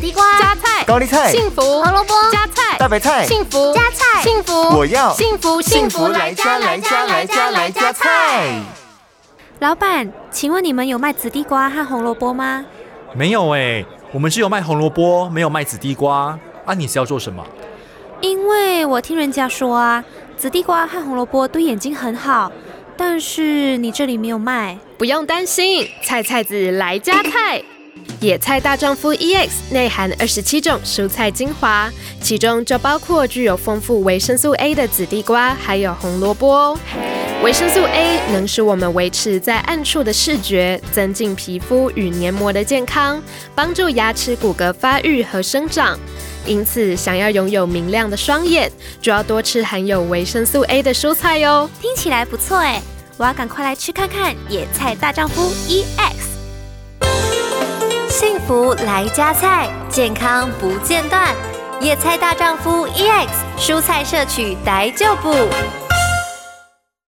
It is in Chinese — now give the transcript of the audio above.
地瓜、加菜、高丽菜、幸福、胡萝卜、加菜、大白菜、幸福、加菜幸福，我要幸福幸福来家来家来家来家菜。老板，请问你们有卖紫地瓜和红萝卜吗？没有哎、我们只有卖红萝卜，没有卖紫地瓜啊！你是要做什么？因为我听人家说啊，紫地瓜和红萝卜对眼睛很好，但是你这里没有卖。不用担心，菜菜子来加菜。野菜大丈夫 EX 内含二十七种蔬菜精华，其中就包括具有丰富维生素 A 的紫地瓜，还有红萝卜哦。维生素 A 能使我们维持在暗处的视觉，增进皮肤与黏膜的健康，帮助牙齿骨骼发育和生长。因此，想要拥有明亮的双眼，就要多吃含有维生素 A 的蔬菜哦哟、听起来不错哎，我要赶快来吃看看野菜大丈夫 E EX。幸福来加菜，健康 E 不间断。野菜大丈夫 EX 蔬菜摄取逮就补。